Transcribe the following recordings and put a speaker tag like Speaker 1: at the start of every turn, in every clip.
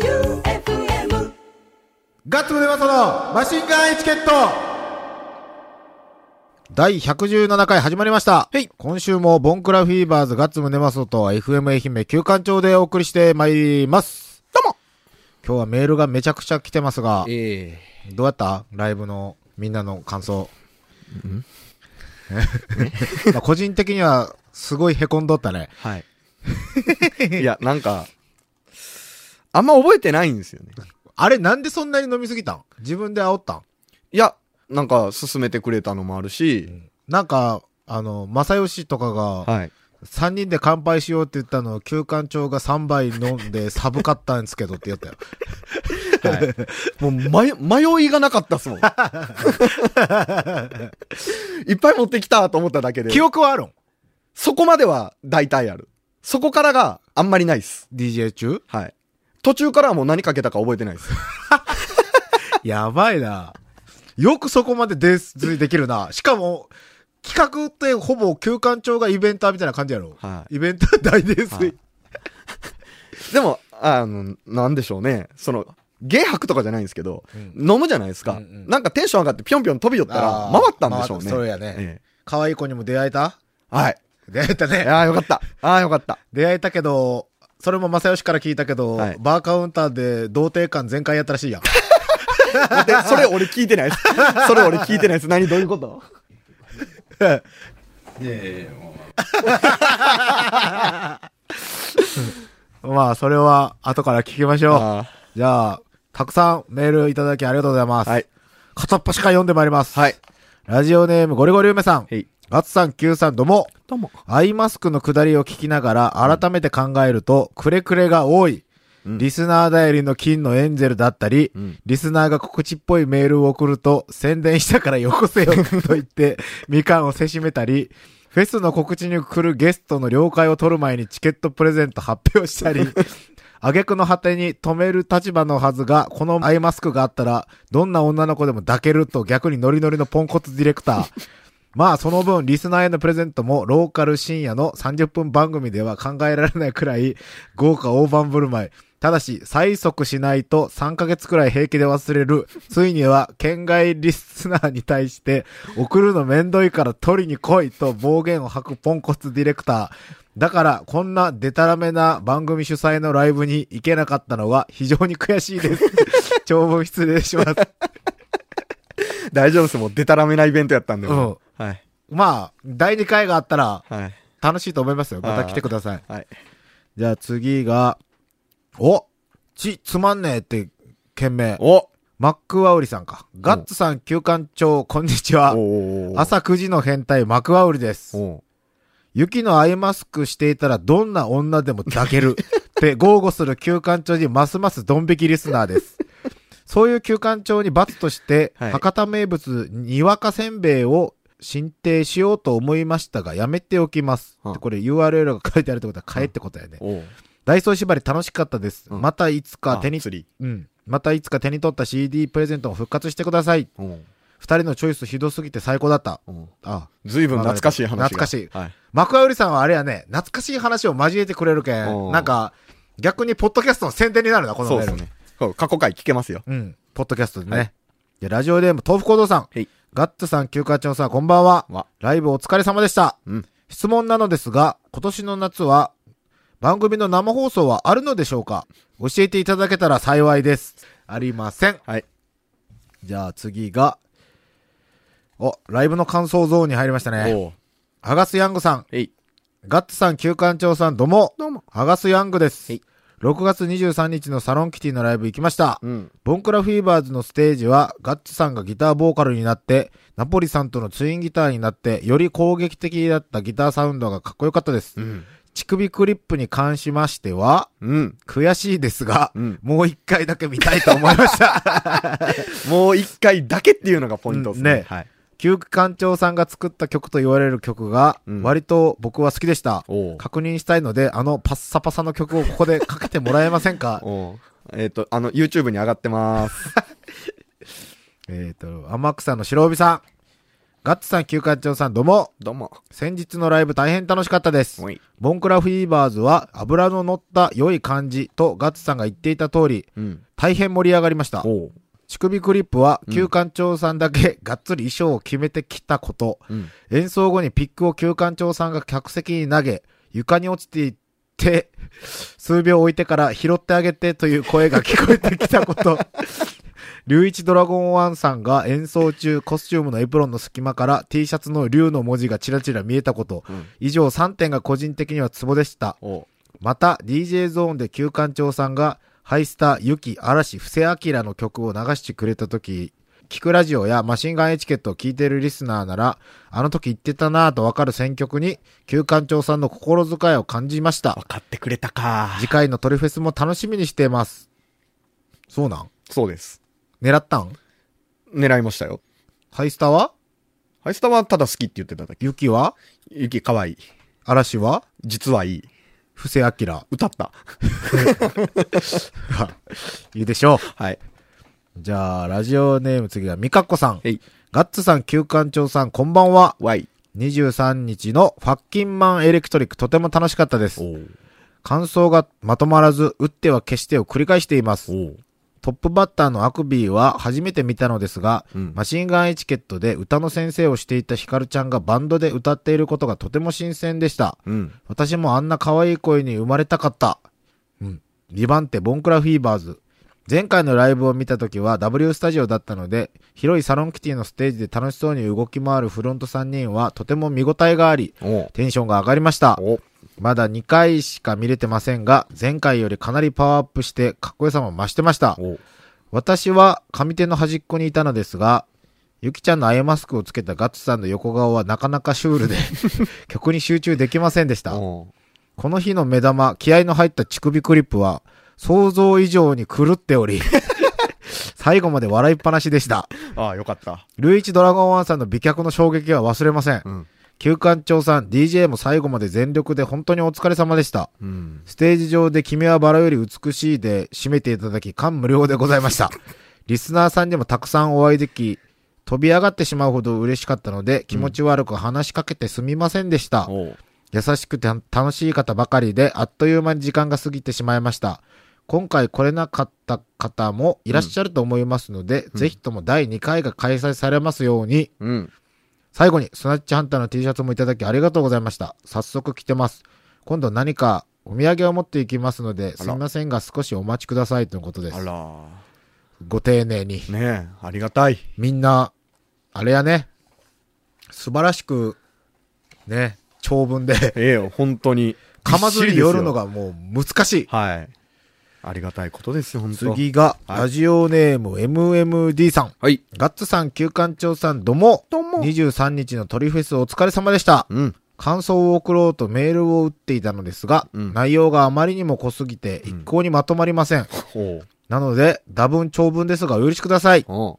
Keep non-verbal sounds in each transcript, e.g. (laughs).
Speaker 1: J-O-E-U-F-M
Speaker 2: ガッツムネマソのマシンガンエチケット第117回始まりました。
Speaker 3: はい
Speaker 2: 今週もボンクラフィーバーズガッツムネマソと FM 愛媛旧館長でお送りしてまいります。
Speaker 3: どうも
Speaker 2: 今日はメールがめちゃくちゃ来てますが、
Speaker 3: え
Speaker 2: どうやったライブのみんなの感想。 (laughs) まあ個人的にはすごい凹んどったね。
Speaker 3: え (laughs) はい。いや、なんか、あんま覚えてないんですよね。
Speaker 2: あれなんでそんなに飲みすぎたん自分で煽ったん
Speaker 3: いや、なんか、勧めてくれたのもあるし、
Speaker 2: なんか、あの、正義とかが、
Speaker 3: はい。
Speaker 2: 三人で乾杯しようって言ったのを、休館長が3杯飲ん
Speaker 3: (laughs)
Speaker 2: で寒かったんですけどって言ったよ。
Speaker 3: (laughs) もう、迷、迷いがなかったっすもん。 (laughs) いっぱい持ってきたと思っただけで、
Speaker 2: 記憶はあるん
Speaker 3: そこまでは大体ある。そこからがあんまりないっす。
Speaker 2: ?DJ 中
Speaker 3: はい。途中からはもう何かけたか覚えてないっす。
Speaker 2: やばいな。よくそこまで泥酔できるな。しかも、企画ってほぼ休館長がイベンターみたいな感じやろ。
Speaker 3: はい
Speaker 2: イベンター大泥酔。
Speaker 3: はいでも、あの、なんでしょうね。その、ゲ吐くとかじゃないんですけど、
Speaker 2: うん
Speaker 3: 飲むじゃないですか。
Speaker 2: うんうん
Speaker 3: なんかテンション上がってぴょんぴょん飛び寄ったら
Speaker 2: あ、ー
Speaker 3: 回ったんでしょう
Speaker 2: 回
Speaker 3: ね。
Speaker 2: ったそうやね
Speaker 3: ええ
Speaker 2: 可愛い子にも出会えた
Speaker 3: はい。
Speaker 2: 出会えたね。
Speaker 3: ああ、よかった。ああ、よかった。
Speaker 2: 出会えたけど、それも正義から聞いたけど、
Speaker 3: はい
Speaker 2: バーカウンターで童貞感全開やったらし
Speaker 3: (laughs)
Speaker 2: いやん。
Speaker 3: 待って、それ俺聞い
Speaker 2: (laughs)
Speaker 3: てないです。それ俺聞いてないです。何どういうこと
Speaker 2: まあ、それは後から聞きましょう。じゃあ、たくさんメールいただきありがとうございます。
Speaker 3: はい。
Speaker 2: 片っ端から読んでまいります。
Speaker 3: はい。
Speaker 2: ラジオネームゴリゴリ梅さん。
Speaker 3: はい。
Speaker 2: ガッツさん、キューさん、どうも。
Speaker 3: どうも。
Speaker 2: アイマスクのくだりを聞きながら改めて考えると、くれくれが多い。
Speaker 3: うん
Speaker 2: リスナーだよりの金のエンジェルだったり、
Speaker 3: うん
Speaker 2: リスナーが告知っぽいメールを送ると、宣伝したからよこせよと言
Speaker 3: (laughs)
Speaker 2: って、みかんをせしめたり、フェスの告知に来るゲストの了解を取る前にチケットプレゼント発表した
Speaker 3: (laughs)
Speaker 2: り、挙句の果てに止める立場のはずが、このアイマスクがあったら、どんな女の子でも抱けると逆にノリノリのポンコツディレクター。まあその分リスナーへのプレゼントもローカル深夜の30分番組では考えられないくらい豪華大盤振る舞い。ただし、催促しないと3ヶ月くらい平気で忘れる。ついには、県外リスナーに対して、送るのめんどいから取りに来いと暴言を吐くポンコツディレクター。だから、こんなデタラメな番組主催のライブに行けなかったのは非常に悔しいです。長文失礼します。
Speaker 3: 大丈夫です。もうデタラメなイベントやったんで。
Speaker 2: うん
Speaker 3: もはい。
Speaker 2: まあ、第2回があったら
Speaker 3: はい。
Speaker 2: 楽しいと思いますよ。また来てください。
Speaker 3: はい。
Speaker 2: じゃあ次が、おち、つまんねえって、件名。
Speaker 3: お
Speaker 2: マックワウリさんか。ガッツさん、休館長、こんにちは。
Speaker 3: お
Speaker 2: 朝9時の変態、マクワウリです。
Speaker 3: お
Speaker 2: 雪のアイマスクしていたら、どんな女でも抱ける。って、豪語する休館長に、ますますドン引きリスナーです。そういう休館長に罰として、
Speaker 3: はい
Speaker 2: 博多名物、にわかせんべいを、進呈しようと思いましたが、やめておきます。
Speaker 3: うん
Speaker 2: でこれ URL が書いてあるってことは、買えってことやね。
Speaker 3: お
Speaker 2: ダイソー縛り楽しかったです。
Speaker 3: うん
Speaker 2: またいつか
Speaker 3: あ
Speaker 2: 手に、
Speaker 3: 釣り。
Speaker 2: うん。またいつか手に取った CD プレゼントも復活してください。
Speaker 3: お
Speaker 2: 二人のチョイスひどすぎて最高だった。
Speaker 3: お
Speaker 2: あ、
Speaker 3: ずいぶん懐かしい話が。
Speaker 2: 懐かしい
Speaker 3: はい。
Speaker 2: マクワウリさんはあれやね、懐かしい話を交えてくれるけ
Speaker 3: お
Speaker 2: ん、
Speaker 3: う
Speaker 2: なんか、逆にポッドキャストの宣伝になるな、この
Speaker 3: そう
Speaker 2: メ
Speaker 3: で
Speaker 2: ー
Speaker 3: す
Speaker 2: ル。
Speaker 3: ね。そう過去回聞けますよ。
Speaker 2: うん。ポッドキャストでね。
Speaker 3: は
Speaker 2: でラジオネーム、豆腐行動さん。
Speaker 3: はい
Speaker 2: ガッツさん、休暇長さん、こんばんは。
Speaker 3: わ。
Speaker 2: ライブお疲れ様でした。
Speaker 3: うん
Speaker 2: 質問なのですが、今年の夏は、番組の生放送はあるのでしょうか教えていただけたら幸いです。ありません。
Speaker 3: はい。
Speaker 2: じゃあ次が、お、ライブの感想ゾーンに入りましたね。
Speaker 3: おう
Speaker 2: ハガスヤングさん、
Speaker 3: えい。
Speaker 2: ガッツさん、旧館長さん、どうも。
Speaker 3: どうも。
Speaker 2: ハガスヤングです
Speaker 3: はい。
Speaker 2: 6月23日のサロンキティのライブ行きました。
Speaker 3: うん。
Speaker 2: ボンクラフィーバーズのステージは、ガッツさんがギターボーカルになって、ナポリさんとのツインギターになって、より攻撃的だったギターサウンドがかっこよかったです。
Speaker 3: うん。
Speaker 2: 乳首クリップに関しましては、
Speaker 3: うん。
Speaker 2: 悔しいですが、
Speaker 3: うん
Speaker 2: もう一回だけ見たいと思いま
Speaker 3: (laughs)
Speaker 2: した。
Speaker 3: もう一回だけっていうのがポイントです
Speaker 2: うん
Speaker 3: ね
Speaker 2: ね。
Speaker 3: はい。
Speaker 2: 旧館長さんが作った曲と言われる曲が、
Speaker 3: うん
Speaker 2: 割と僕は好きでした。
Speaker 3: おう
Speaker 2: 確認したいので、あのパッサパサの曲をここでかけてもらえませんか
Speaker 3: おうえっ、と、あの、YouTube に上がってます。
Speaker 2: えっと、天草の白帯さん。ガッツさん、休館長さん、どうも。
Speaker 3: (laughs) どうも。
Speaker 2: 先日のライブ大変楽しかったです。
Speaker 3: おい。
Speaker 2: ボンクラフィーバーズは油の乗った良い感じとガッツさんが言っていた通り、
Speaker 3: うん。
Speaker 2: 大変盛り上がりました。
Speaker 3: おう。
Speaker 2: 乳首クリップは
Speaker 3: うん
Speaker 2: 旧館長さんだけがっつり衣装を決めてきたこと。
Speaker 3: うん。
Speaker 2: 演奏後にピックを旧館長さんが客席に投げ、床に落ちていって、 (laughs) 数秒置いてから拾ってあげてという声が聞こえてきたこと。 (laughs) 龍一ドラゴンワンさんが演奏中コスチュームのエプロンの隙間から T シャツの龍の文字がちらちら見えたこと。
Speaker 3: うん
Speaker 2: 以上3点が個人的にはツボでした。
Speaker 3: おう。
Speaker 2: また DJ ゾーンで旧館長さんがハイスター、ユキ、嵐、布施明の曲を流してくれた時、聞くラジオやマシンガンエチケットを聞いてるリスナーなら、あの時言ってたなぁとわかる選曲に、旧館長さんの心遣いを感じました
Speaker 3: 分。かってくれたか
Speaker 2: 次回のトリフェスも楽しみにしています。そうなん
Speaker 3: そうです。
Speaker 2: 狙ったん
Speaker 3: 狙いましたよ。
Speaker 2: ハイスターは
Speaker 3: ハイスタはただ好きって言ってただけ。
Speaker 2: ユキは
Speaker 3: ゆきかわいい。
Speaker 2: 嵐は
Speaker 3: 実はいい。
Speaker 2: 布施明。
Speaker 3: 歌 (laughs) った。
Speaker 2: (laughs) いいでしょう。
Speaker 3: はい。
Speaker 2: じゃあ、ラジオネーム次がミカッコさん。
Speaker 3: えい。
Speaker 2: ガッツさん、旧館長さん、こんばんは。
Speaker 3: わい。
Speaker 2: 23日のファッキンマンエレクトリックとても楽しかったです。
Speaker 3: おう。
Speaker 2: 感想がまとまらず、打っては消してを繰り返しています。
Speaker 3: おう。
Speaker 2: トップバッターのアクビーは初めて見たのですが、
Speaker 3: うん
Speaker 2: マシンガンエチケットで歌の先生をしていたヒカルちゃんがバンドで歌っていることがとても新鮮でした。
Speaker 3: うん。
Speaker 2: 私もあんな可愛い声に生まれたかった。うん。2番手、ボンクラフィーバーズ。前回のライブを見た時は W スタジオだったので、広いサロンキティのステージで楽しそうに動き回るフロント3人はとても見応えがあり、
Speaker 3: おう。
Speaker 2: テンションが上がりました。
Speaker 3: おう。
Speaker 2: まだ2回しか見れてませんが、前回よりかなりパワーアップしてかっこよさも増してました。
Speaker 3: おう。
Speaker 2: 私は上手の端っこにいたのですが、ゆきちゃんのアイマスクをつけたガッツさんの横顔はなかなかシュールで、 (laughs) 曲に集中できませんでした。
Speaker 3: おう
Speaker 2: この日の目玉、気合の入った乳首クリップは、想像以上に狂っており、 (laughs) 最後まで笑いっぱなしでした。
Speaker 3: ああ、よかった。
Speaker 2: ルイチドラゴンワンさんの美脚の衝撃は忘れません。
Speaker 3: ん。
Speaker 2: 旧館長さん、DJ も最後まで全力で本当にお疲れ様でした。
Speaker 3: うん。
Speaker 2: ステージ上で君はバラより美しいで締めていただき感無量でございました。リスナーさんにもたくさんお会いでき、飛び上がってしまうほど嬉しかったので気持ち悪く話しかけてすみませんでした。
Speaker 3: おう。
Speaker 2: 優しくて楽しい方ばかりであっという間に時間が過ぎてしまいました今回来れなかった方もいらっしゃると思いますので、ぜひとも第2回が開催されますように
Speaker 3: うん。
Speaker 2: 最後にスナッチハンターの T シャツもいただきありがとうございました早速着てます今度何かお土産を持っていきますのですみませんが少しお待ちくださいとのことで
Speaker 3: あ
Speaker 2: す
Speaker 3: ら。
Speaker 2: ご丁寧に
Speaker 3: ねえ、ありがたい。
Speaker 2: みんなあれやね素晴らしくね長文で
Speaker 3: ええよ、本当に。
Speaker 2: 噛まず
Speaker 3: びっし
Speaker 2: に
Speaker 3: りですよ
Speaker 2: 寄るの。がもう難しい
Speaker 3: はい。ありがたいことですよ、本当。。
Speaker 2: 次が、
Speaker 3: はい
Speaker 2: ラジオネーム MMD さん。
Speaker 3: はい。
Speaker 2: ガッツさん、旧館長さん、どうも。
Speaker 3: どうも
Speaker 2: 23日のトリフェスお疲れ様でした。
Speaker 3: うん。
Speaker 2: 感想を送ろうとメールを打っていたのですが、
Speaker 3: うん
Speaker 2: 内容があまりにも濃すぎて、一向にまとまりません。
Speaker 3: おう。
Speaker 2: なので、多分長文ですがお許しください。
Speaker 3: おう。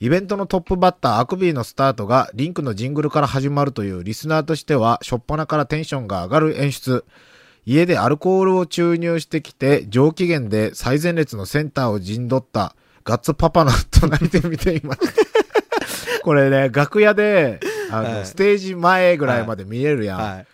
Speaker 2: イベントのトップバッター、アクビーのスタートが、リンクのジングルから始まるという、リスナーとしては、しょっぱなからテンションが上がる演出。家でアルコールを注入してきて、上機嫌で最前列のセンターを陣取った、ガッツパパの隣で見てい
Speaker 3: (laughs)
Speaker 2: ました。これね、楽屋で、あの、
Speaker 3: はい
Speaker 2: ステージ前ぐらいまで見えるやん。
Speaker 3: は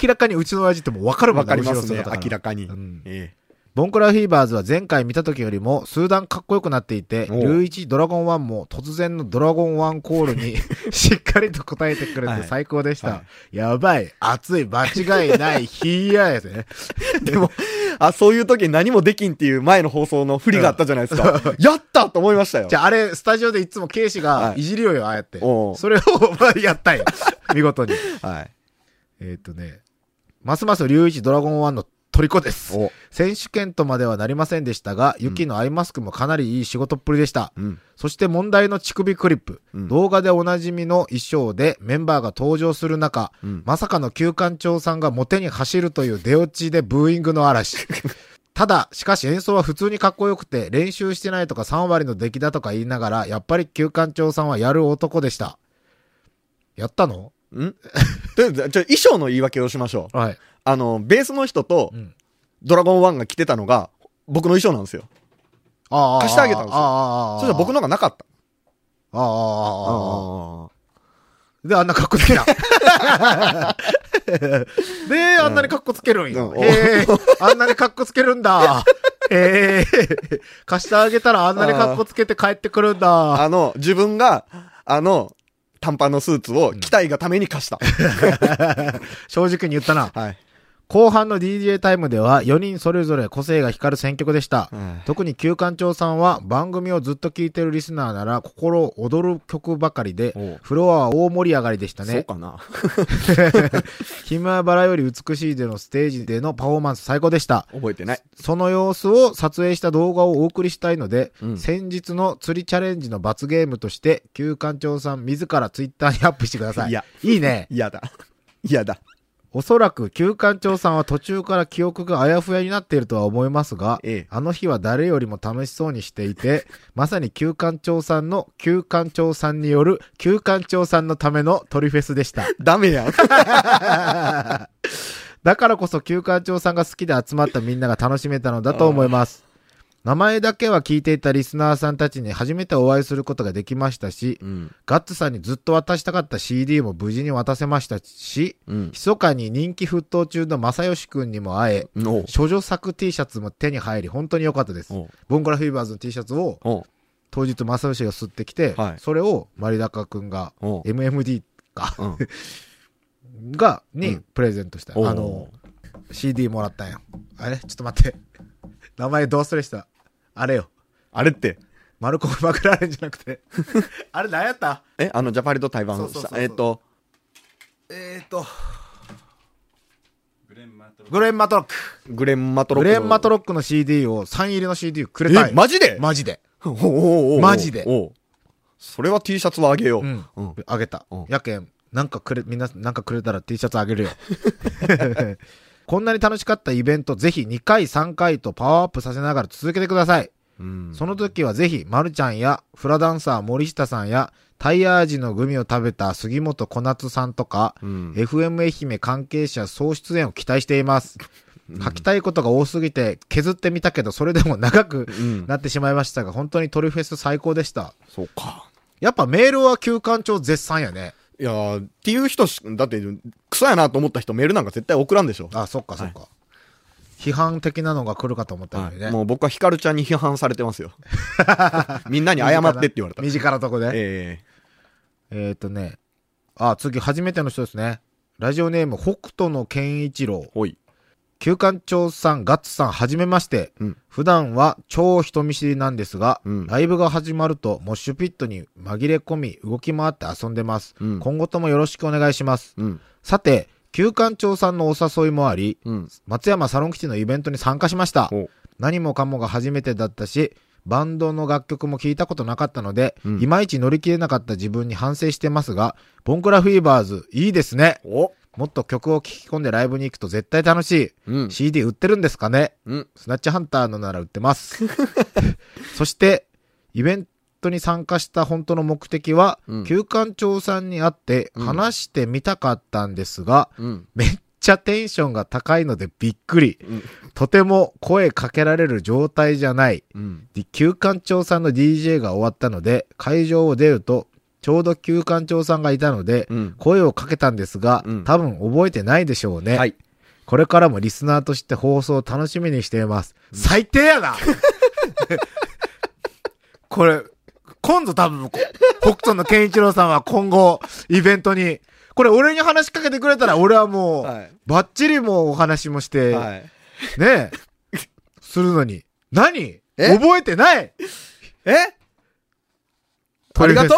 Speaker 2: 明らかにうちの親父ってもう分か
Speaker 3: い。
Speaker 2: るも
Speaker 3: わ
Speaker 2: ん
Speaker 3: かります
Speaker 2: 後ろ
Speaker 3: ね、
Speaker 2: 姿
Speaker 3: 明らかに。
Speaker 2: うん
Speaker 3: え
Speaker 2: ボンクラフィーバーズは前回見た時よりも数段かっこよくなっていて、
Speaker 3: おう
Speaker 2: 龍一ドラゴン1も突然のドラゴン1コールに (laughs) しっかりと答えてくれ
Speaker 3: は
Speaker 2: て
Speaker 3: い
Speaker 2: 最高でした。
Speaker 3: は
Speaker 2: やばい、熱い、間違いない、ひーやーです
Speaker 3: (laughs)
Speaker 2: ね。
Speaker 3: え。でも、あ、そういう時に何もできんっていう前の放送の振りがあったじゃないですか。 (laughs) やったと思いましたよ。
Speaker 2: じゃああれ、スタジオでいつもケイシが
Speaker 3: はい
Speaker 2: いじりようよ、ああやって。
Speaker 3: おう
Speaker 2: それをまあやったんよ。 (laughs) 見事に。
Speaker 3: はい。
Speaker 2: えーっとね、ますます龍一ドラゴン1の虜です。
Speaker 3: お
Speaker 2: 選手権とまではなりませんでしたが、ユキのアイマスクもかなりいい仕事っぷりでした。
Speaker 3: うん。
Speaker 2: そして問題の乳首クリップ、
Speaker 3: うん
Speaker 2: 動画でおなじみの衣装でメンバーが登場する中、
Speaker 3: うん
Speaker 2: まさかの旧館長さんがモテに走るという出落ちでブーイングの嵐。
Speaker 3: (laughs)
Speaker 2: ただ、しかし演奏は普通にかっこよくて、練習してないとか3割の出来だとか言いながら、やっぱり旧館長さんはやる男でした。やったの
Speaker 3: んとりあえず、ちょ、衣装の言い訳をしましょう。
Speaker 2: はい。
Speaker 3: あの、ベースの人と
Speaker 2: うん、
Speaker 3: ドラゴン1が着てたのが、僕の衣装なんですよ。
Speaker 2: ああ
Speaker 3: 貸してあげたんですよ
Speaker 2: ああああああ
Speaker 3: そしたら僕の。がなかった。
Speaker 2: ああああああああ。で、あんな格好つけ
Speaker 3: (laughs)
Speaker 2: な。で、あんなに格好つけるんよ。
Speaker 3: うん
Speaker 2: へえ、あんなに格好つけるんだ。へえ、貸してあげたらあんなに格好つけて帰ってくるんだ。
Speaker 3: あの、自分が、あの、短パンのスーツを着たいがために貸した。
Speaker 2: 正直に言ったな。
Speaker 3: はい。
Speaker 2: 後半の DJ タイムでは4人それぞれ個性が光る選曲でした。
Speaker 3: うん
Speaker 2: 特に旧館長さんは番組をずっと聴いてるリスナーなら心躍る曲ばかりで
Speaker 3: おう、
Speaker 2: フロアは大盛り上がりでした
Speaker 3: そう
Speaker 2: ね。
Speaker 3: かな。
Speaker 2: ヒマバラより美しいでのステージでのパフォーマンス最高でした。
Speaker 3: 覚えて
Speaker 2: (laughs)
Speaker 3: ない。
Speaker 2: その様子を撮影した動画をお送りしたいので、
Speaker 3: うん
Speaker 2: 先日の釣りチャレンジの罰ゲームとして、旧館長さん自らツイッターにアップしてください。
Speaker 3: いや
Speaker 2: いいね。
Speaker 3: 嫌だ。嫌だ。
Speaker 2: おそらく旧館長さんは途中から記憶があやふやになっているとは思いますが、
Speaker 3: ええ
Speaker 2: あの日は誰よりも楽しそうにしていて、 (laughs) まさに旧館長さんの旧館長さんによる旧館長さんのためのトリフェスでした。
Speaker 3: ダメ
Speaker 2: (laughs)
Speaker 3: やん。
Speaker 2: だからこそ旧館長さんが好きで集まったみんなが楽しめたのだと思います。名前だけは聞いていたリスナーさんたちに初めてお会いすることができましたし、
Speaker 3: うん。
Speaker 2: ガッツさんにずっと渡したかった CD も無事に渡せましたし、
Speaker 3: うん。
Speaker 2: 密かに人気沸騰中の正義くんにも会え、
Speaker 3: おう
Speaker 2: 処女作 T シャツも手に入り、本当に良かったです。
Speaker 3: おう
Speaker 2: ボンゴラフィーバーズの T シャツを
Speaker 3: おう
Speaker 2: 当日正義が吸ってきて、
Speaker 3: はい
Speaker 2: それをマリダカくんが、
Speaker 3: おう
Speaker 2: MMD か、
Speaker 3: うん
Speaker 2: (laughs) が、に
Speaker 3: うん
Speaker 2: プレゼントした。
Speaker 3: おう
Speaker 2: あの、CD もらったんよ。あれちょっと待って。 (laughs) 名前どうすれしたあれよ。
Speaker 3: あれって、
Speaker 2: マルコ・マクラーレンじゃなくて。 (laughs) あれ何やった
Speaker 3: え、あの、ジャパリと台湾
Speaker 2: そうそうそうそう
Speaker 3: えっと、
Speaker 2: えーと。グレン・マトロック。
Speaker 3: グレン・マトロ
Speaker 2: グ
Speaker 3: ック。
Speaker 2: レン・マトロックの CD を、サイン入りの CD をくれたん
Speaker 3: え、
Speaker 2: よ
Speaker 3: マジで
Speaker 2: マジで。
Speaker 3: (laughs) おうおうおう
Speaker 2: マジで
Speaker 3: おうそれは T シャツはあげよう。
Speaker 2: うん
Speaker 3: うん。
Speaker 2: あげた
Speaker 3: うん。
Speaker 2: やけん、なんかくれ、みんな、なんかくれたら T シャツあげるよ。 (laughs) こんなに楽しかったイベント、ぜひ2回、3回とパワーアップさせながら続けてください。
Speaker 3: うん
Speaker 2: その時はぜひ、まるちゃんや、フラダンサー森下さんや、タイヤ味のグミを食べた杉本小夏さんとか、
Speaker 3: うん。
Speaker 2: FM 愛媛関係者総出演を期待しています。書きたいことが多すぎて、削ってみたけど、それでも長く
Speaker 3: うん。
Speaker 2: なってしまいましたが、本当にトリフェス最高でした。
Speaker 3: そうか。
Speaker 2: やっぱメールは休館長絶賛やね。
Speaker 3: いやーっていう人し、だって、クソやなと思った人メールなんか絶対送らんでしょ。
Speaker 2: あ、そっかそっか。批判的なのが来るかと思ったのにね。
Speaker 3: はいもう僕はヒカルちゃんに批判されてます
Speaker 2: (laughs)
Speaker 3: よ。みんなに謝ってって言われた。
Speaker 2: 身近なとこで。
Speaker 3: え
Speaker 2: えーっ、とね。あ、次、初めての人ですね。ラジオネーム、北斗の健一郎
Speaker 3: え。ほい。
Speaker 2: 旧館長さん、ガッツさん、はじめまして。
Speaker 3: うん
Speaker 2: 普段は超人見知りなんですが、
Speaker 3: うん
Speaker 2: ライブが始まると、モッシュピットに紛れ込み、動き回って遊んでます。
Speaker 3: うん
Speaker 2: 今後ともよろしくお願いします。
Speaker 3: うん。
Speaker 2: さて、旧館長さんのお誘いもあり、
Speaker 3: うん。
Speaker 2: 松山サロン基地のイベントに参加しました。
Speaker 3: お
Speaker 2: 何もかもが初めてだったし、バンドの楽曲も聴いたことなかったので、
Speaker 3: うん
Speaker 2: いまいち乗り切れなかった自分に反省してますが、ボンクラフィーバーズ、いいですね。
Speaker 3: お
Speaker 2: もっと曲を聴き込んでライブに行くと絶対楽しい。
Speaker 3: うん。
Speaker 2: CD 売ってるんですかね
Speaker 3: うん。
Speaker 2: スナッチハンターのなら売って
Speaker 3: (laughs)
Speaker 2: ます。そして、イベントに参加した本当の目的は、
Speaker 3: うん
Speaker 2: 旧館長さんに会って
Speaker 3: うん
Speaker 2: 話してみたかったんですが、
Speaker 3: うん。
Speaker 2: めっちゃテンションが高いのでびっくり。
Speaker 3: うん
Speaker 2: とても声かけられる状態じゃない。
Speaker 3: うん。
Speaker 2: で旧館長さんの DJ が終わったので、会場を出ると、ちょうど旧館長さんがいたので、
Speaker 3: うん。
Speaker 2: 声をかけたんですが、
Speaker 3: うん
Speaker 2: 多分覚えてないでしょうね。
Speaker 3: はい。
Speaker 2: これからもリスナーとして放送を楽しみにしています。最低やな (laughs) これ、今度多分、こ北斗の健一郎さんは今後、イベントに、これ俺に話しかけてくれたら俺はもう、
Speaker 3: はい
Speaker 2: バッチリもうお話もして、
Speaker 3: はい。
Speaker 2: ねえ、するのに。何
Speaker 3: え
Speaker 2: 覚えてない
Speaker 3: えありがとう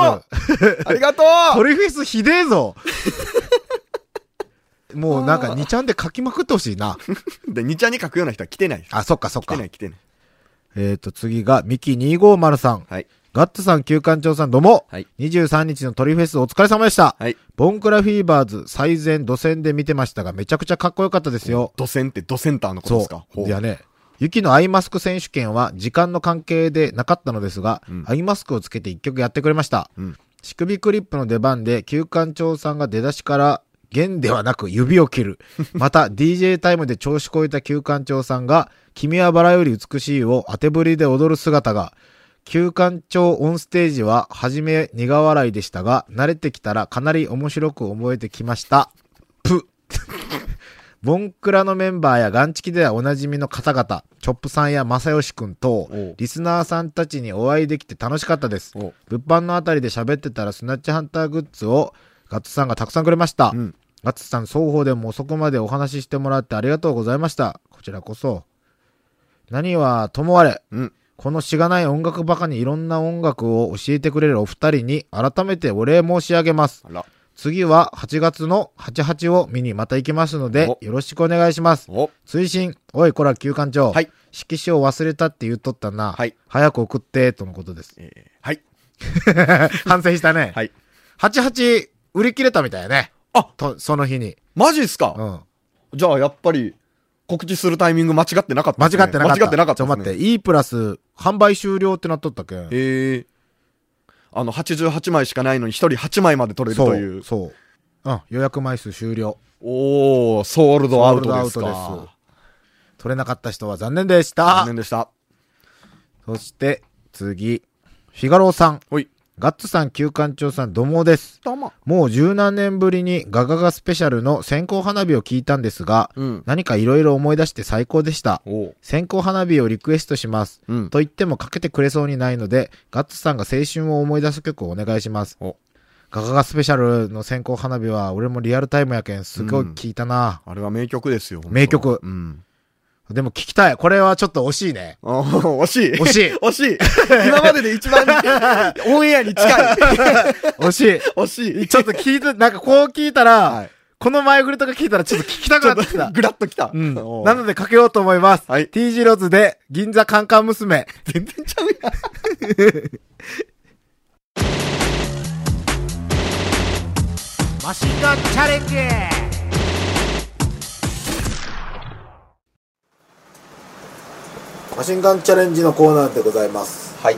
Speaker 3: ありがと
Speaker 2: ト
Speaker 3: う
Speaker 2: リフェスひでえぞもうなんか2ちゃんで書きまくってほしいな。
Speaker 3: で、2ちゃんに書くような人は来てないです。
Speaker 2: あ、そっかそっ
Speaker 3: 来て
Speaker 2: か
Speaker 3: な。い、来てない。
Speaker 2: えっ、ー、と、次が、ミキ250さん。
Speaker 3: はい。
Speaker 2: ガッツさん、旧館長さん、どうも。
Speaker 3: はい。
Speaker 2: 23日のトリフェスお疲れ様でした。
Speaker 3: はい。
Speaker 2: ボンクラフィーバーズ最前土線で見てましたが、めちゃくちゃかっこよかったですよ。
Speaker 3: ドセンってドセンターのこと
Speaker 2: そ
Speaker 3: ですかほ
Speaker 2: う。いやね、雪のアイマスク選手権は時間の関係でなかったのですが、
Speaker 3: うん
Speaker 2: アイマスクをつけて一曲やってくれました。
Speaker 3: うん
Speaker 2: 乳首クリップの出番で、旧館長さんが出だしから、弦ではなく指を切
Speaker 3: (laughs)
Speaker 2: る。また、DJ タイムで調子こいた旧館長さんが、君はバラより美しいを当てぶりで踊る姿が、旧館長オンステージは、初め苦笑いでしたが、慣れてきたらかなり面白く思えてきました。ぷ。ボンクラのメンバーやガンチキではおなじみの方々、チョップさんや正義くん等
Speaker 3: おう、
Speaker 2: リスナーさんたちにお会いできて楽しかったです。
Speaker 3: お
Speaker 2: 物販のあたりで喋ってたらスナッチハンターグッズをガッツさんがたくさんくれました。
Speaker 3: うん
Speaker 2: ガッツさん双方でも遅くまでお話ししてもらってありがとうございました。こちらこそ。何はともあれ、
Speaker 3: うん
Speaker 2: このしがない音楽バカにいろんな音楽を教えてくれるお二人に改めてお礼申し上げます。
Speaker 3: あら
Speaker 2: 次は8月の88を見にまた行きますので
Speaker 3: お
Speaker 2: よろしくお願いします。
Speaker 3: お
Speaker 2: 追伸おいこら旧館長。
Speaker 3: はい
Speaker 2: 色紙を忘れたって言っとったな。
Speaker 3: はい
Speaker 2: 早く送って、とのことです。
Speaker 3: えーはい
Speaker 2: 反省したね。
Speaker 3: はい
Speaker 2: 88売り切れたみたいやね。
Speaker 3: あ
Speaker 2: と、その日に。
Speaker 3: マジっすか、
Speaker 2: うん。
Speaker 3: じゃあやっぱり告知するタイミング間違ってなかった
Speaker 2: 間
Speaker 3: っ
Speaker 2: 違っ
Speaker 3: す
Speaker 2: て
Speaker 3: ね、
Speaker 2: なかった。
Speaker 3: 間違ってなかった
Speaker 2: ちょ、
Speaker 3: すね
Speaker 2: 待って。E プラス、販売終了ってなっとったっけん
Speaker 3: へえあの88枚しかないのに1人8枚まで取れるという
Speaker 2: そう。そう。うん。予約枚数終了。
Speaker 3: おおソールドアウトです
Speaker 2: ソールドアウト
Speaker 3: か
Speaker 2: です取れなかった人は残念でし
Speaker 3: 残
Speaker 2: た。
Speaker 3: 念でした
Speaker 2: そして、次。フィガローさん。
Speaker 3: ほい
Speaker 2: ガッツさん、旧館長さん、どうもです。
Speaker 3: どうも
Speaker 2: もう十何年ぶりにガガガスペシャルの線香花火を聞いたんですが、
Speaker 3: うん
Speaker 2: 何か色々思い出して最高でした。
Speaker 3: おお
Speaker 2: 線香花火をリクエストします。
Speaker 3: うん
Speaker 2: と言ってもかけてくれそうにないので、ガッツさんが青春を思い出す曲をお願いします
Speaker 3: お。
Speaker 2: ガガガスペシャルの線香花火は、俺もリアルタイムやけん、すごい
Speaker 3: うん
Speaker 2: 聞いたな、
Speaker 3: あれは名曲ですよ本当
Speaker 2: 名曲
Speaker 3: うん
Speaker 2: でも聞きたい。これはちょっと惜しいね。
Speaker 3: あー惜しい
Speaker 2: 惜しい
Speaker 3: (laughs) 惜し
Speaker 2: (laughs)
Speaker 3: い今までで一番オンエアに近い
Speaker 2: 惜し
Speaker 3: (laughs) (laughs) 惜しい
Speaker 2: い。ちょっと聞いて、 (laughs) なんかこう聞いたら、
Speaker 3: はい
Speaker 2: この前振りとか聞いたらちょっと聞きたく
Speaker 3: ちょ
Speaker 2: な
Speaker 3: っ
Speaker 2: ってき
Speaker 3: と
Speaker 2: た。
Speaker 3: グラッときた、
Speaker 2: うん。
Speaker 3: おー
Speaker 2: なのでかけようと思います。
Speaker 3: はい
Speaker 2: T 字ローズで、銀座カンカン娘。
Speaker 3: (laughs) 全然ちゃうやん
Speaker 2: (laughs) マシンガンチャレンジマシンガンチャレンジのコーナーでございます
Speaker 3: はい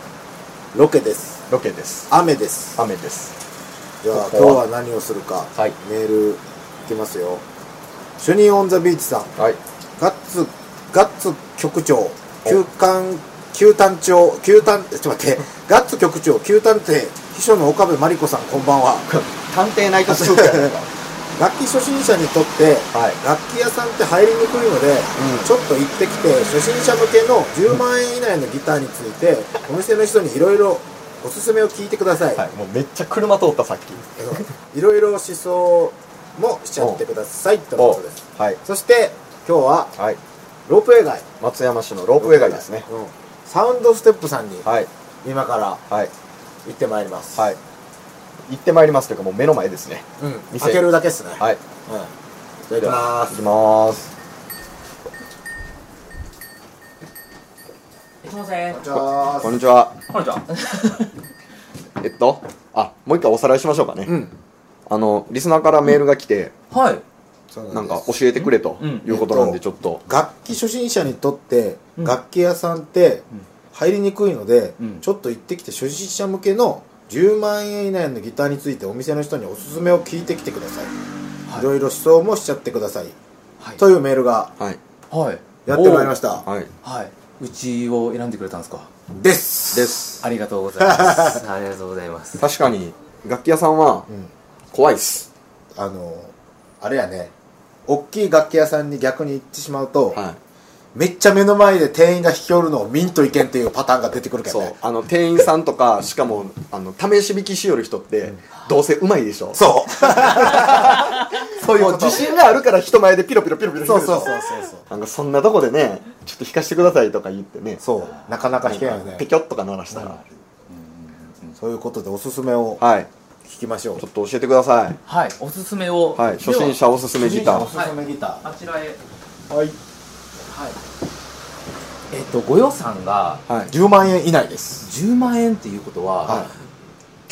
Speaker 2: ロケです
Speaker 3: ロケです
Speaker 2: 雨です
Speaker 3: 雨です
Speaker 2: では
Speaker 3: こ
Speaker 2: 今
Speaker 3: こ
Speaker 2: 日
Speaker 3: は
Speaker 2: は何をするか、
Speaker 3: はい
Speaker 2: メールいきますよ主任オンザビーチさん
Speaker 3: はい
Speaker 2: ガッツガッツ局長旧館旧探長旧探ちょっと待ってガッツ局長旧探偵秘書の岡部真理子さんこんばん
Speaker 3: (laughs)
Speaker 2: は
Speaker 3: 探偵ナイトスクープやないか
Speaker 2: 楽器初心者にとって
Speaker 3: はい
Speaker 2: 楽器屋さんって入りにくいので、
Speaker 3: ん
Speaker 2: ちょっと行ってきて初心者向けの10万円以内のギターについてお店の人にいろいろおすすめを聞いてください、
Speaker 3: はいもうめっちゃ車通ったさっき
Speaker 2: いろいろ思想もしちゃってくださいとのことです
Speaker 3: はい
Speaker 2: そして今日は
Speaker 3: はい
Speaker 2: ロープウェイ街
Speaker 3: 松山市のロープウェイ街ですね
Speaker 2: うんサウンドステップさんに
Speaker 3: はい
Speaker 2: 今から
Speaker 3: はい
Speaker 2: 行ってまいります、
Speaker 3: はい行ってまいりますというかもう目の前ですね
Speaker 2: うん、
Speaker 3: 店
Speaker 2: 開けるだけっすね、い
Speaker 3: はい
Speaker 2: うん、じゃあ行きまーす
Speaker 3: 行きます
Speaker 4: すいません。
Speaker 2: じゃあ
Speaker 3: こんにちは
Speaker 4: こんにちは。
Speaker 3: えっとあもう一回おさらいしましょうかね、
Speaker 2: うん
Speaker 3: あのリスナーからメールが来て、
Speaker 4: はい。
Speaker 2: そう
Speaker 3: なん
Speaker 2: です
Speaker 3: か教えてくれと
Speaker 4: うん
Speaker 3: いうことなんでちょっと、
Speaker 2: 楽器初心者にとって
Speaker 4: うん
Speaker 2: 楽器屋さんって入りにくいので、
Speaker 4: うん
Speaker 2: ちょっと行ってきて初心者向けの10万円以内のギターについてお店の人におすすめを聞いてきてください、
Speaker 4: はい
Speaker 2: い、ろいろ思想もしちゃってください、
Speaker 4: はい
Speaker 2: というメールが
Speaker 3: はい
Speaker 4: はい。
Speaker 2: やってまいりました、
Speaker 3: はい
Speaker 4: はい。うちを選んでくれたんですか。
Speaker 2: です
Speaker 3: です
Speaker 4: ありがとうございま
Speaker 3: (laughs)
Speaker 4: す。ありがとうございます。
Speaker 3: 確かに楽器屋さんは
Speaker 2: ん
Speaker 3: 怖いっす、
Speaker 2: あのあれやね大きい楽器屋さんに逆に行ってしまうと、
Speaker 3: はい
Speaker 2: めっちゃ目の前で店員が引き寄るのを見んといけんっていうパターンが出てくるけど
Speaker 3: そう
Speaker 2: ね
Speaker 3: あの店員さんとかしかもあの試し弾きしよる人ってどうせうまいでしょ
Speaker 2: そう (laughs) そういう
Speaker 3: も
Speaker 2: こ
Speaker 3: う
Speaker 2: と
Speaker 3: 自信があるから人前でピロピロピロピロ
Speaker 2: そう
Speaker 3: 弾くでし
Speaker 2: そ
Speaker 3: ょ
Speaker 2: うそうそうそう
Speaker 3: なんかそんなとこでねちょっと弾かしてくださいとか言ってね
Speaker 2: そうなかなか弾けないよ
Speaker 3: なんか
Speaker 2: ね
Speaker 3: ペキョッとか鳴らしたら
Speaker 2: そういうことでおすすめを
Speaker 3: はい
Speaker 2: 聞きましょう
Speaker 3: ちょっと教えてください
Speaker 4: はい。おすすめを。
Speaker 3: はい初心者
Speaker 4: で
Speaker 3: おすすめギタ
Speaker 2: お
Speaker 3: ー
Speaker 2: すすめギタ
Speaker 4: は。あちらへ。はい。
Speaker 3: ーはい
Speaker 4: えっとご予算が
Speaker 3: はい
Speaker 2: ー10万円以内です
Speaker 4: 10万円っていうことは、
Speaker 3: はい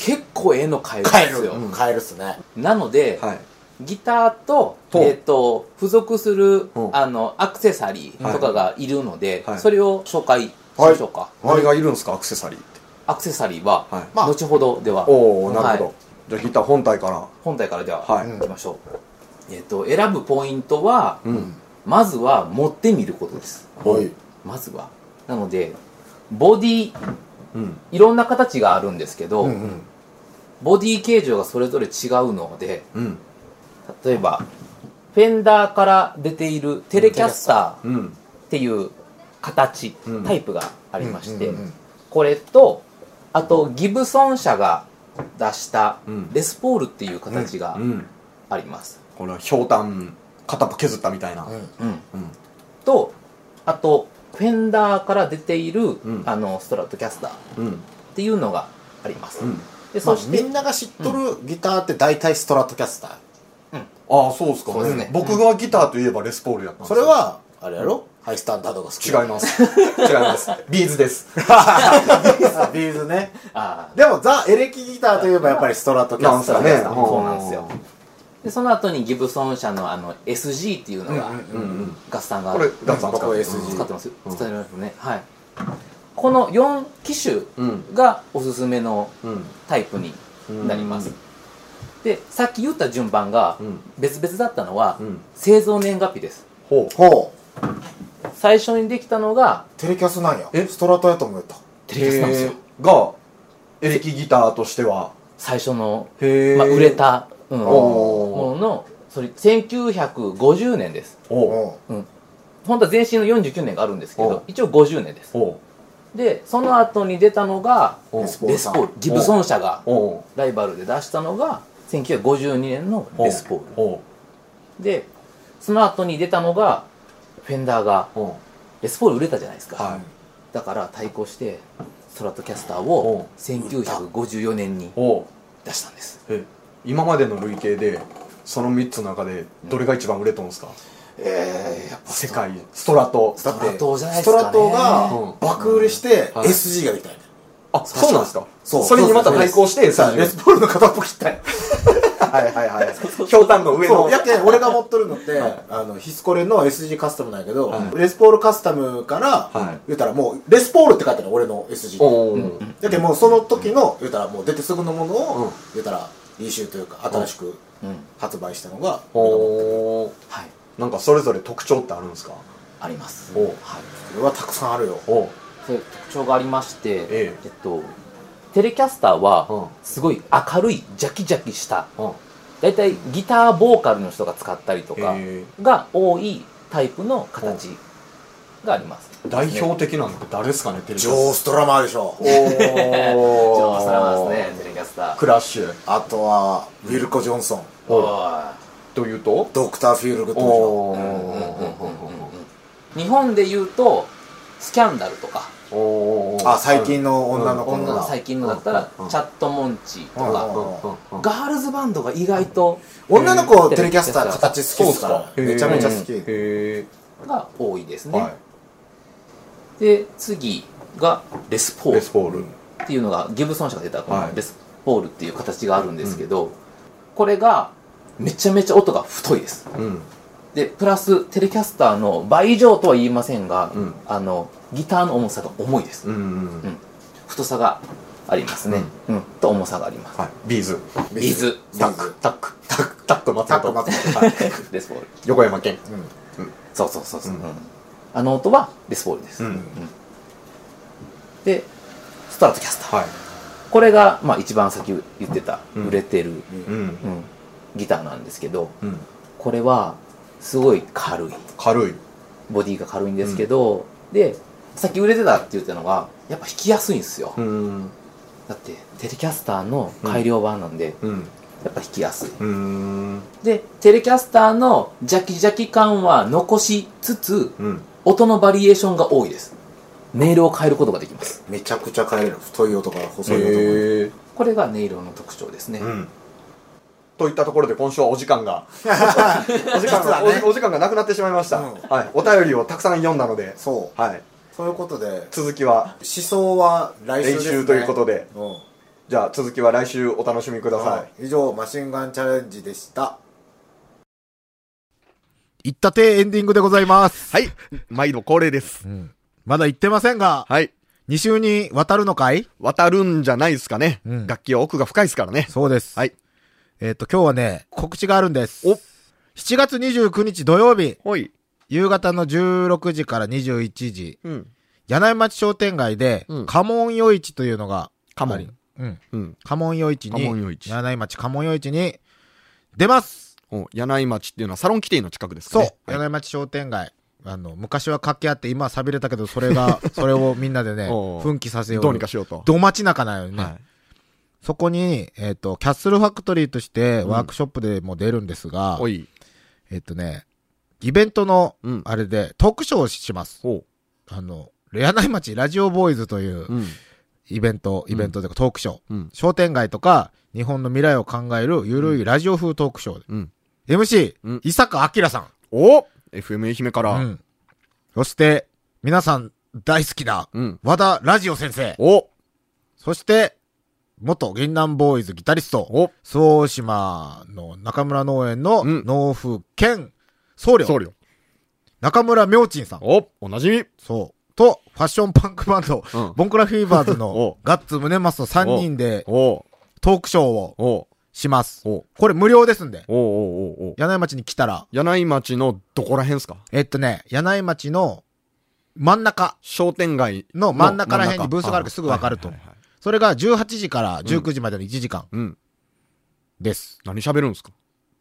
Speaker 4: 結構ええの買えるん
Speaker 2: 買
Speaker 4: で
Speaker 2: え
Speaker 4: す
Speaker 2: る
Speaker 4: よ。
Speaker 2: 買えるっすね
Speaker 4: なので、
Speaker 3: はい
Speaker 4: ギターと,、
Speaker 3: ほう
Speaker 4: えっと付属する
Speaker 3: ほう
Speaker 4: あのアクセサリーとかがいるので、
Speaker 3: はい
Speaker 4: それを紹介しましょうか。
Speaker 3: 何がいるんですかアクセサリーって
Speaker 4: アクセサリーは、
Speaker 3: はい
Speaker 2: まあ
Speaker 4: 後ほどでは、
Speaker 3: おおなるほど、
Speaker 4: はい
Speaker 3: じゃあギター本体か
Speaker 4: 本体からでは、
Speaker 3: はい
Speaker 4: い、きましょう、えっと選ぶポイントは、
Speaker 3: らうん
Speaker 4: まずは持ってみることです
Speaker 3: はい
Speaker 4: まずはなのでボディ
Speaker 3: うん。
Speaker 4: いろんな形があるんですけど、
Speaker 3: うんうん。
Speaker 4: ボディ形状がそれぞれ違うので
Speaker 3: うん。
Speaker 4: 例えばフェンダーから出ているテレキャスター
Speaker 3: うん。
Speaker 4: っていう形、
Speaker 3: うん
Speaker 4: タイプがありまして、
Speaker 3: うんうんうん
Speaker 4: これとあとギブソン社が出した
Speaker 3: うん
Speaker 4: レスポールっていう形が
Speaker 3: うん。
Speaker 4: あります、
Speaker 3: これはひょうたん、片っぽ削ったみたいな。
Speaker 2: うん
Speaker 4: うん
Speaker 3: うん。
Speaker 4: とあとフェンダーから出ている、
Speaker 3: ん
Speaker 4: あのストラトキャスターっ
Speaker 3: うん。
Speaker 4: ていうのがあります、
Speaker 3: うん。
Speaker 4: で
Speaker 5: ま
Speaker 4: そ
Speaker 5: あ、
Speaker 4: して、
Speaker 5: みんなが知っとるギターって大体ストラトキャスター、
Speaker 3: ああ、そうですか
Speaker 4: そうですね
Speaker 3: 僕がギターといえばレスポールやったんです
Speaker 5: そ
Speaker 3: よ
Speaker 5: れはあれやろ、ハイスタンダードが好き
Speaker 3: 違います。違います。ビーズです。
Speaker 5: す (laughs) ビーズね
Speaker 4: あ
Speaker 5: でもザ・エレキギターといえばやっぱりストラトキャスター
Speaker 4: なんすかね
Speaker 5: うん
Speaker 4: そうなんですよ。ーでその後にギブソン社のあの SG っていうのが、
Speaker 3: うんうん。
Speaker 4: ガスさんが
Speaker 3: これ、ダンさん
Speaker 5: こ
Speaker 3: 使
Speaker 5: こ
Speaker 3: う。
Speaker 5: SG
Speaker 4: 使ってます、
Speaker 3: うん
Speaker 4: 使ってますねはいこの4機種
Speaker 3: うん。
Speaker 4: がおすすめの
Speaker 3: うん。
Speaker 4: タイプになります、
Speaker 3: うん
Speaker 4: でさっき言った順番が
Speaker 3: うん
Speaker 4: 別々だったのは、
Speaker 3: うん
Speaker 4: 製造年月日です
Speaker 3: ほ
Speaker 5: ほう
Speaker 4: 最初にできたのが
Speaker 5: テレキャスなんや
Speaker 3: え
Speaker 5: ストラトやと思えた
Speaker 3: う。
Speaker 4: テレキャスなんですよ
Speaker 3: へーが、エレキギターとしては。
Speaker 4: 最初の、
Speaker 3: へ
Speaker 4: まあ、売れ。た、うん、
Speaker 3: おー
Speaker 4: もののそれ1950年です
Speaker 3: おう。
Speaker 5: おう
Speaker 4: 本当は前身の49年があるんですけ
Speaker 3: おう
Speaker 4: ど一応50年です
Speaker 3: おう。
Speaker 4: でその後に出たのが
Speaker 3: おう。
Speaker 5: レスポール
Speaker 4: レスポールギブソン社が
Speaker 3: おう。
Speaker 4: ライバルで出したのが1952年のレスポール
Speaker 3: おう。
Speaker 4: でその後に出たのがフェンダーが
Speaker 3: おう。
Speaker 4: レスポール売れたじゃないですか、
Speaker 3: はい。
Speaker 4: だから対抗してストラトキャスターを
Speaker 3: お
Speaker 4: 1954年に
Speaker 3: おう。
Speaker 4: 出したんです
Speaker 3: え、今までの累計で、その3つの中で、どれが一番売れとんすか
Speaker 5: えー、やっぱ
Speaker 3: 世界、ストラト。
Speaker 5: だって
Speaker 4: ストラトじゃないで
Speaker 5: ス
Speaker 4: す
Speaker 5: ト
Speaker 4: かね
Speaker 5: ラトが
Speaker 3: うん
Speaker 5: 爆売れして
Speaker 3: はい
Speaker 5: SG ができたんや
Speaker 3: あ、そうなんですか
Speaker 5: そう
Speaker 3: それにまた
Speaker 5: そうです
Speaker 3: 対抗して、
Speaker 5: さ
Speaker 3: さ
Speaker 5: あレスポールの片っぽ切ったん (laughs) や
Speaker 3: はいはいはい。ひょうたんの上
Speaker 5: そ
Speaker 3: の
Speaker 5: う。やけん俺が持っとるのって、あのヒスコレの SG カスタムなんやけど、
Speaker 3: はい
Speaker 5: レスポールカスタムから、
Speaker 3: はい
Speaker 5: 言うたらもうレスポールって書いてある俺の SG
Speaker 3: おう
Speaker 5: だけどもうその時の言うたらもう出てすぐのものを、
Speaker 3: うん
Speaker 5: 言うたら優秀というか新しく
Speaker 4: うん
Speaker 5: 発売したのが、
Speaker 3: おう
Speaker 4: はい
Speaker 3: なんかそれぞれ特徴ってあるんですか
Speaker 4: あります
Speaker 3: おう
Speaker 4: はい
Speaker 5: 俺はたくさんあるよ
Speaker 3: おう
Speaker 4: そういう特徴がありまして、
Speaker 3: ええ
Speaker 4: っとテレキャスター
Speaker 3: うん
Speaker 4: はすごい明るいジャキジャキした
Speaker 3: うん
Speaker 4: だいたいギターボーカルの人が使ったりとか
Speaker 3: え
Speaker 4: が多いタイプの形があります
Speaker 3: ー代表的なのって誰ですかねテレビ
Speaker 5: ジョーストラマーでしょ
Speaker 3: おー
Speaker 4: ジョー・サラマですねテレキャスター
Speaker 3: クラッシュ
Speaker 5: あとはウィルコ・ジョンソン
Speaker 3: おう
Speaker 4: おい
Speaker 3: というと
Speaker 5: ドクター・フィールグッドでしょ
Speaker 3: おー
Speaker 4: 日本で言うとスキャンダルとか
Speaker 3: おー
Speaker 5: あ最近の女の子
Speaker 4: 女
Speaker 5: の
Speaker 4: の最近のだったら
Speaker 3: うん
Speaker 4: チャットモンチと
Speaker 5: う
Speaker 4: か
Speaker 5: ん
Speaker 3: うんうんうん
Speaker 4: ガールズバンドが意外と
Speaker 5: 女の子テレキャスター形好きですから
Speaker 3: へー
Speaker 5: めちゃめちゃ好き、
Speaker 3: へえ
Speaker 4: が多いですね
Speaker 3: は
Speaker 4: で次がレスポ
Speaker 3: いレ
Speaker 4: ール
Speaker 3: スポール
Speaker 4: っていうのがギブソン社が出たこ
Speaker 3: はい
Speaker 4: のレスポールっていう形があるんですけどこれがめちゃめちゃ音が太いです
Speaker 3: うん
Speaker 4: でプラステレキャスターの倍以上とは言いませんが
Speaker 3: うん
Speaker 4: あのギターの重さが重いです
Speaker 3: うんうん
Speaker 4: うん太さがありますね、うん、と重さがあります
Speaker 3: はいビーズ
Speaker 4: ビーズ
Speaker 5: ビ
Speaker 3: タ
Speaker 5: ー
Speaker 3: ック
Speaker 5: ズ
Speaker 3: タックタックタック松
Speaker 5: タッ
Speaker 3: 本
Speaker 5: ク松本
Speaker 3: はい
Speaker 4: レスポール
Speaker 3: (laughs) 横山健
Speaker 4: そうそうそうそう、
Speaker 3: うん
Speaker 4: うんあの音はレスポールです、
Speaker 3: うん
Speaker 4: でストラトキャスター、
Speaker 3: はい
Speaker 4: これが、まあ、一番先言ってた
Speaker 3: うん
Speaker 4: 売れてる、うん
Speaker 3: うん
Speaker 4: ギターなんですけど
Speaker 3: うん
Speaker 4: これはすごい軽い
Speaker 3: 軽い
Speaker 4: ボディが軽いんですけど、でさっき売れてたって言ったのがやっぱ弾きやすいんですよ、
Speaker 3: うん
Speaker 4: だってテレキャスターの改良版なんで、
Speaker 3: うん
Speaker 4: やっぱ弾きやすい
Speaker 3: うん
Speaker 4: でテレキャスターのジャキジャキ感は残しつつ
Speaker 3: うん
Speaker 4: 音のバリエーションが多いです音色を変えることができます
Speaker 5: めちゃくちゃ変えれる太い音から細い音まで
Speaker 3: へえ
Speaker 4: これが音色の特徴ですね、
Speaker 3: うんといったところで今 (laughs) 週はお時間がお時間
Speaker 5: 実は
Speaker 3: が、
Speaker 5: ね
Speaker 3: おお時間がなくなってしまいました、
Speaker 5: うん
Speaker 3: はい、お便りをたくさん読んだので、
Speaker 5: そう
Speaker 3: はい、
Speaker 5: そういうことで思
Speaker 3: 続きは
Speaker 5: 想は来週
Speaker 3: 練
Speaker 5: です、ね、
Speaker 3: 習ということで
Speaker 5: うん
Speaker 3: じゃあ続きは来週お楽しみください
Speaker 5: 以上マシンガンチャレンジでした
Speaker 2: 言ったてエンディングでございます。
Speaker 3: はい、毎度恒例です
Speaker 2: まだ言ってませんが、
Speaker 3: はい
Speaker 2: 2週にわたるのかい
Speaker 3: 渡るんじゃないですかね、
Speaker 2: うん
Speaker 3: 楽器は奥が深いですからね
Speaker 2: そうです。
Speaker 3: はい。
Speaker 2: えっ、と、今日はね、告知があるんです。
Speaker 3: お
Speaker 2: 7月29日土曜日、
Speaker 3: ほい
Speaker 2: 夕方の16時から21時、
Speaker 3: うん
Speaker 2: 柳井町商店街で、
Speaker 3: うん
Speaker 2: 家紋夜市というのが、
Speaker 3: カモ
Speaker 2: あり
Speaker 3: ン。
Speaker 2: うん。
Speaker 3: うん。
Speaker 2: 家紋夜市に、
Speaker 3: 家紋夜市
Speaker 2: 柳井町家紋夜市に、出ます
Speaker 3: お柳井町っていうのはサロンキティの近くですか
Speaker 2: そう、
Speaker 3: ね。はい
Speaker 2: 柳井町商店街。あの、昔は活気あって、今は錆びれたけど、それ
Speaker 3: (laughs)
Speaker 2: が、それをみんなでね、
Speaker 3: おう
Speaker 2: 奮起させよう。
Speaker 3: どうにかしようと。
Speaker 2: ど街中なのよね。
Speaker 3: は
Speaker 2: そこに、えっ、と、キャッスルファクトリーとしてワークショップでも出るんです
Speaker 3: い。
Speaker 2: が、
Speaker 3: おい。
Speaker 2: えっ、とね、イベントの
Speaker 3: うん、
Speaker 2: あれで、トークショーをします。
Speaker 3: おう。
Speaker 2: あの、柳井町ラジオボーイズという
Speaker 3: うん。
Speaker 2: イベント、イベントというかトークショー。
Speaker 3: うん。
Speaker 2: 商店街とか、日本の未来を考えるゆるいラジオ風トークショーで。
Speaker 3: うん。
Speaker 2: MC、
Speaker 3: うん
Speaker 2: 伊坂明さん。
Speaker 3: お !FM 愛媛か
Speaker 2: う
Speaker 3: ら。
Speaker 2: ん。そして、皆さん大好きな、
Speaker 3: うん。
Speaker 2: 和田ラジオ先生。
Speaker 3: お
Speaker 2: そして、元銀杏ボーイズギタリスト、
Speaker 3: お
Speaker 2: 周防大島の中村農園の
Speaker 3: うん
Speaker 2: 農夫兼僧侶、
Speaker 3: 僧侶。
Speaker 2: 中村明珍さん。
Speaker 3: おおなじみ
Speaker 2: そう。と、ファッションパンクバンド、
Speaker 3: うん
Speaker 2: ボンクラフィーバーズの
Speaker 3: お
Speaker 2: ガッツムネマスの3人で
Speaker 3: お
Speaker 2: トークショーを
Speaker 3: おお
Speaker 2: します。
Speaker 3: お
Speaker 2: これ無料ですんで。
Speaker 3: おおお
Speaker 2: 柳井町に来たら、
Speaker 3: 柳井町のどこら辺ですか
Speaker 2: えっとね、柳井町の真ん中、
Speaker 3: 商店街
Speaker 2: の真ん中ら辺にブースがあるからす
Speaker 3: 真ん中
Speaker 2: ぐわかると思う
Speaker 3: はいはいはいはい
Speaker 2: それが18時から19時までの1時間
Speaker 3: うん。
Speaker 2: です。
Speaker 3: 何喋るんですか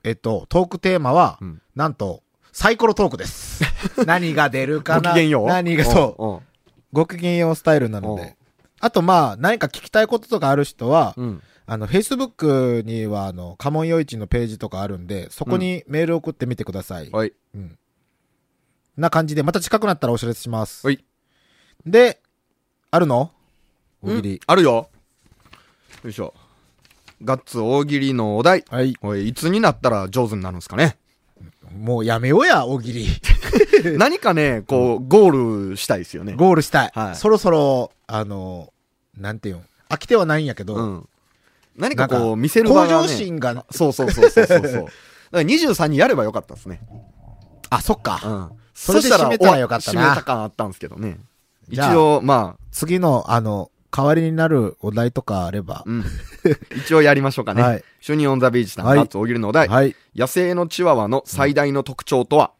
Speaker 2: えっと、トークテーマは、
Speaker 3: うん
Speaker 2: なんと、サイコロトーク
Speaker 3: (laughs)
Speaker 2: です。何が出るか
Speaker 3: ご
Speaker 2: な
Speaker 3: きげんよう。
Speaker 2: 何が、そう。
Speaker 3: う
Speaker 2: ごきげんようスタイルなの
Speaker 3: うん
Speaker 2: で。あと、まあ、何か聞きたいこととかある人は、
Speaker 3: ん。うん。
Speaker 2: あの、Facebook には、あの、カモンヨイチのページとかあるんで、そこにメール送ってみてください。
Speaker 3: はい。
Speaker 2: な感じで、また近くなったらお知らせします。
Speaker 3: はい。
Speaker 2: で、あるの大喜
Speaker 3: うん
Speaker 2: 利。
Speaker 3: あるよ。よいしょ。ガッツ大喜利のお題。
Speaker 2: はい。
Speaker 3: おい、いつになったら上手になるんですかね。
Speaker 2: もうやめようや、大
Speaker 3: (laughs)
Speaker 2: 喜利。
Speaker 3: 何かね、こう、ゴールしたいですよね。
Speaker 2: ゴールしたい。
Speaker 3: はい
Speaker 2: そろそろ、あの、なんていうん。飽きてはないんやけど、
Speaker 3: うん。何
Speaker 2: な
Speaker 3: か
Speaker 2: んか
Speaker 3: こう、見せる場
Speaker 2: 向
Speaker 3: が、ね。
Speaker 2: 上心が、
Speaker 3: そうそうそうそ
Speaker 2: (laughs)
Speaker 3: うそうそう。だから23にやればよかったですね。
Speaker 2: あ、そっ
Speaker 3: う
Speaker 2: か。
Speaker 3: ん。
Speaker 2: それで締めたらよかったな
Speaker 3: そしらお締めた感あったんですけどね。
Speaker 2: じ
Speaker 3: 一
Speaker 2: ゃあ
Speaker 3: 応、まあ、
Speaker 2: 次の、あの、代わりになるお題とかあれば。
Speaker 3: うん。一応やりましょうかね。
Speaker 2: はい
Speaker 3: 主任オンザビーチさん、
Speaker 2: はい
Speaker 3: ガッツ大喜利のお題。
Speaker 2: はい。
Speaker 3: 野生のチワワの最大の特徴とは、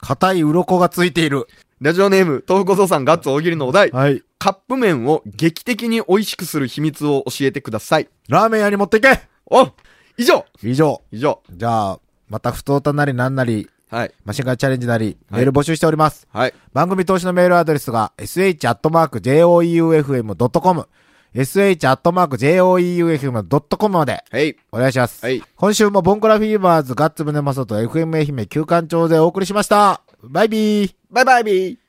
Speaker 2: 硬い鱗がついている。
Speaker 3: ラジオネーム、東小僧さん、ガッツ大喜利のお題。
Speaker 2: はい。
Speaker 3: カップ麺を劇的に美味しくする秘密を教えてください。
Speaker 2: ラーメン屋に持っていけ
Speaker 3: お以上
Speaker 2: 以上。
Speaker 3: 以上。
Speaker 2: じゃあ、また不当たなりなんなり、
Speaker 3: はい。
Speaker 2: マシンガンチャレンジなり、
Speaker 3: はい
Speaker 2: メール募集しております。
Speaker 3: はい。
Speaker 2: 番組投資のメールアドレスが sh.joeufm.com sh.joeufm.com まで
Speaker 3: はい。
Speaker 2: お願いします。
Speaker 3: はい
Speaker 2: 今週もボンクラフィーバーズガッツムネマソと FM 愛媛旧館長でお送りしました。バイビー
Speaker 3: バイバイビー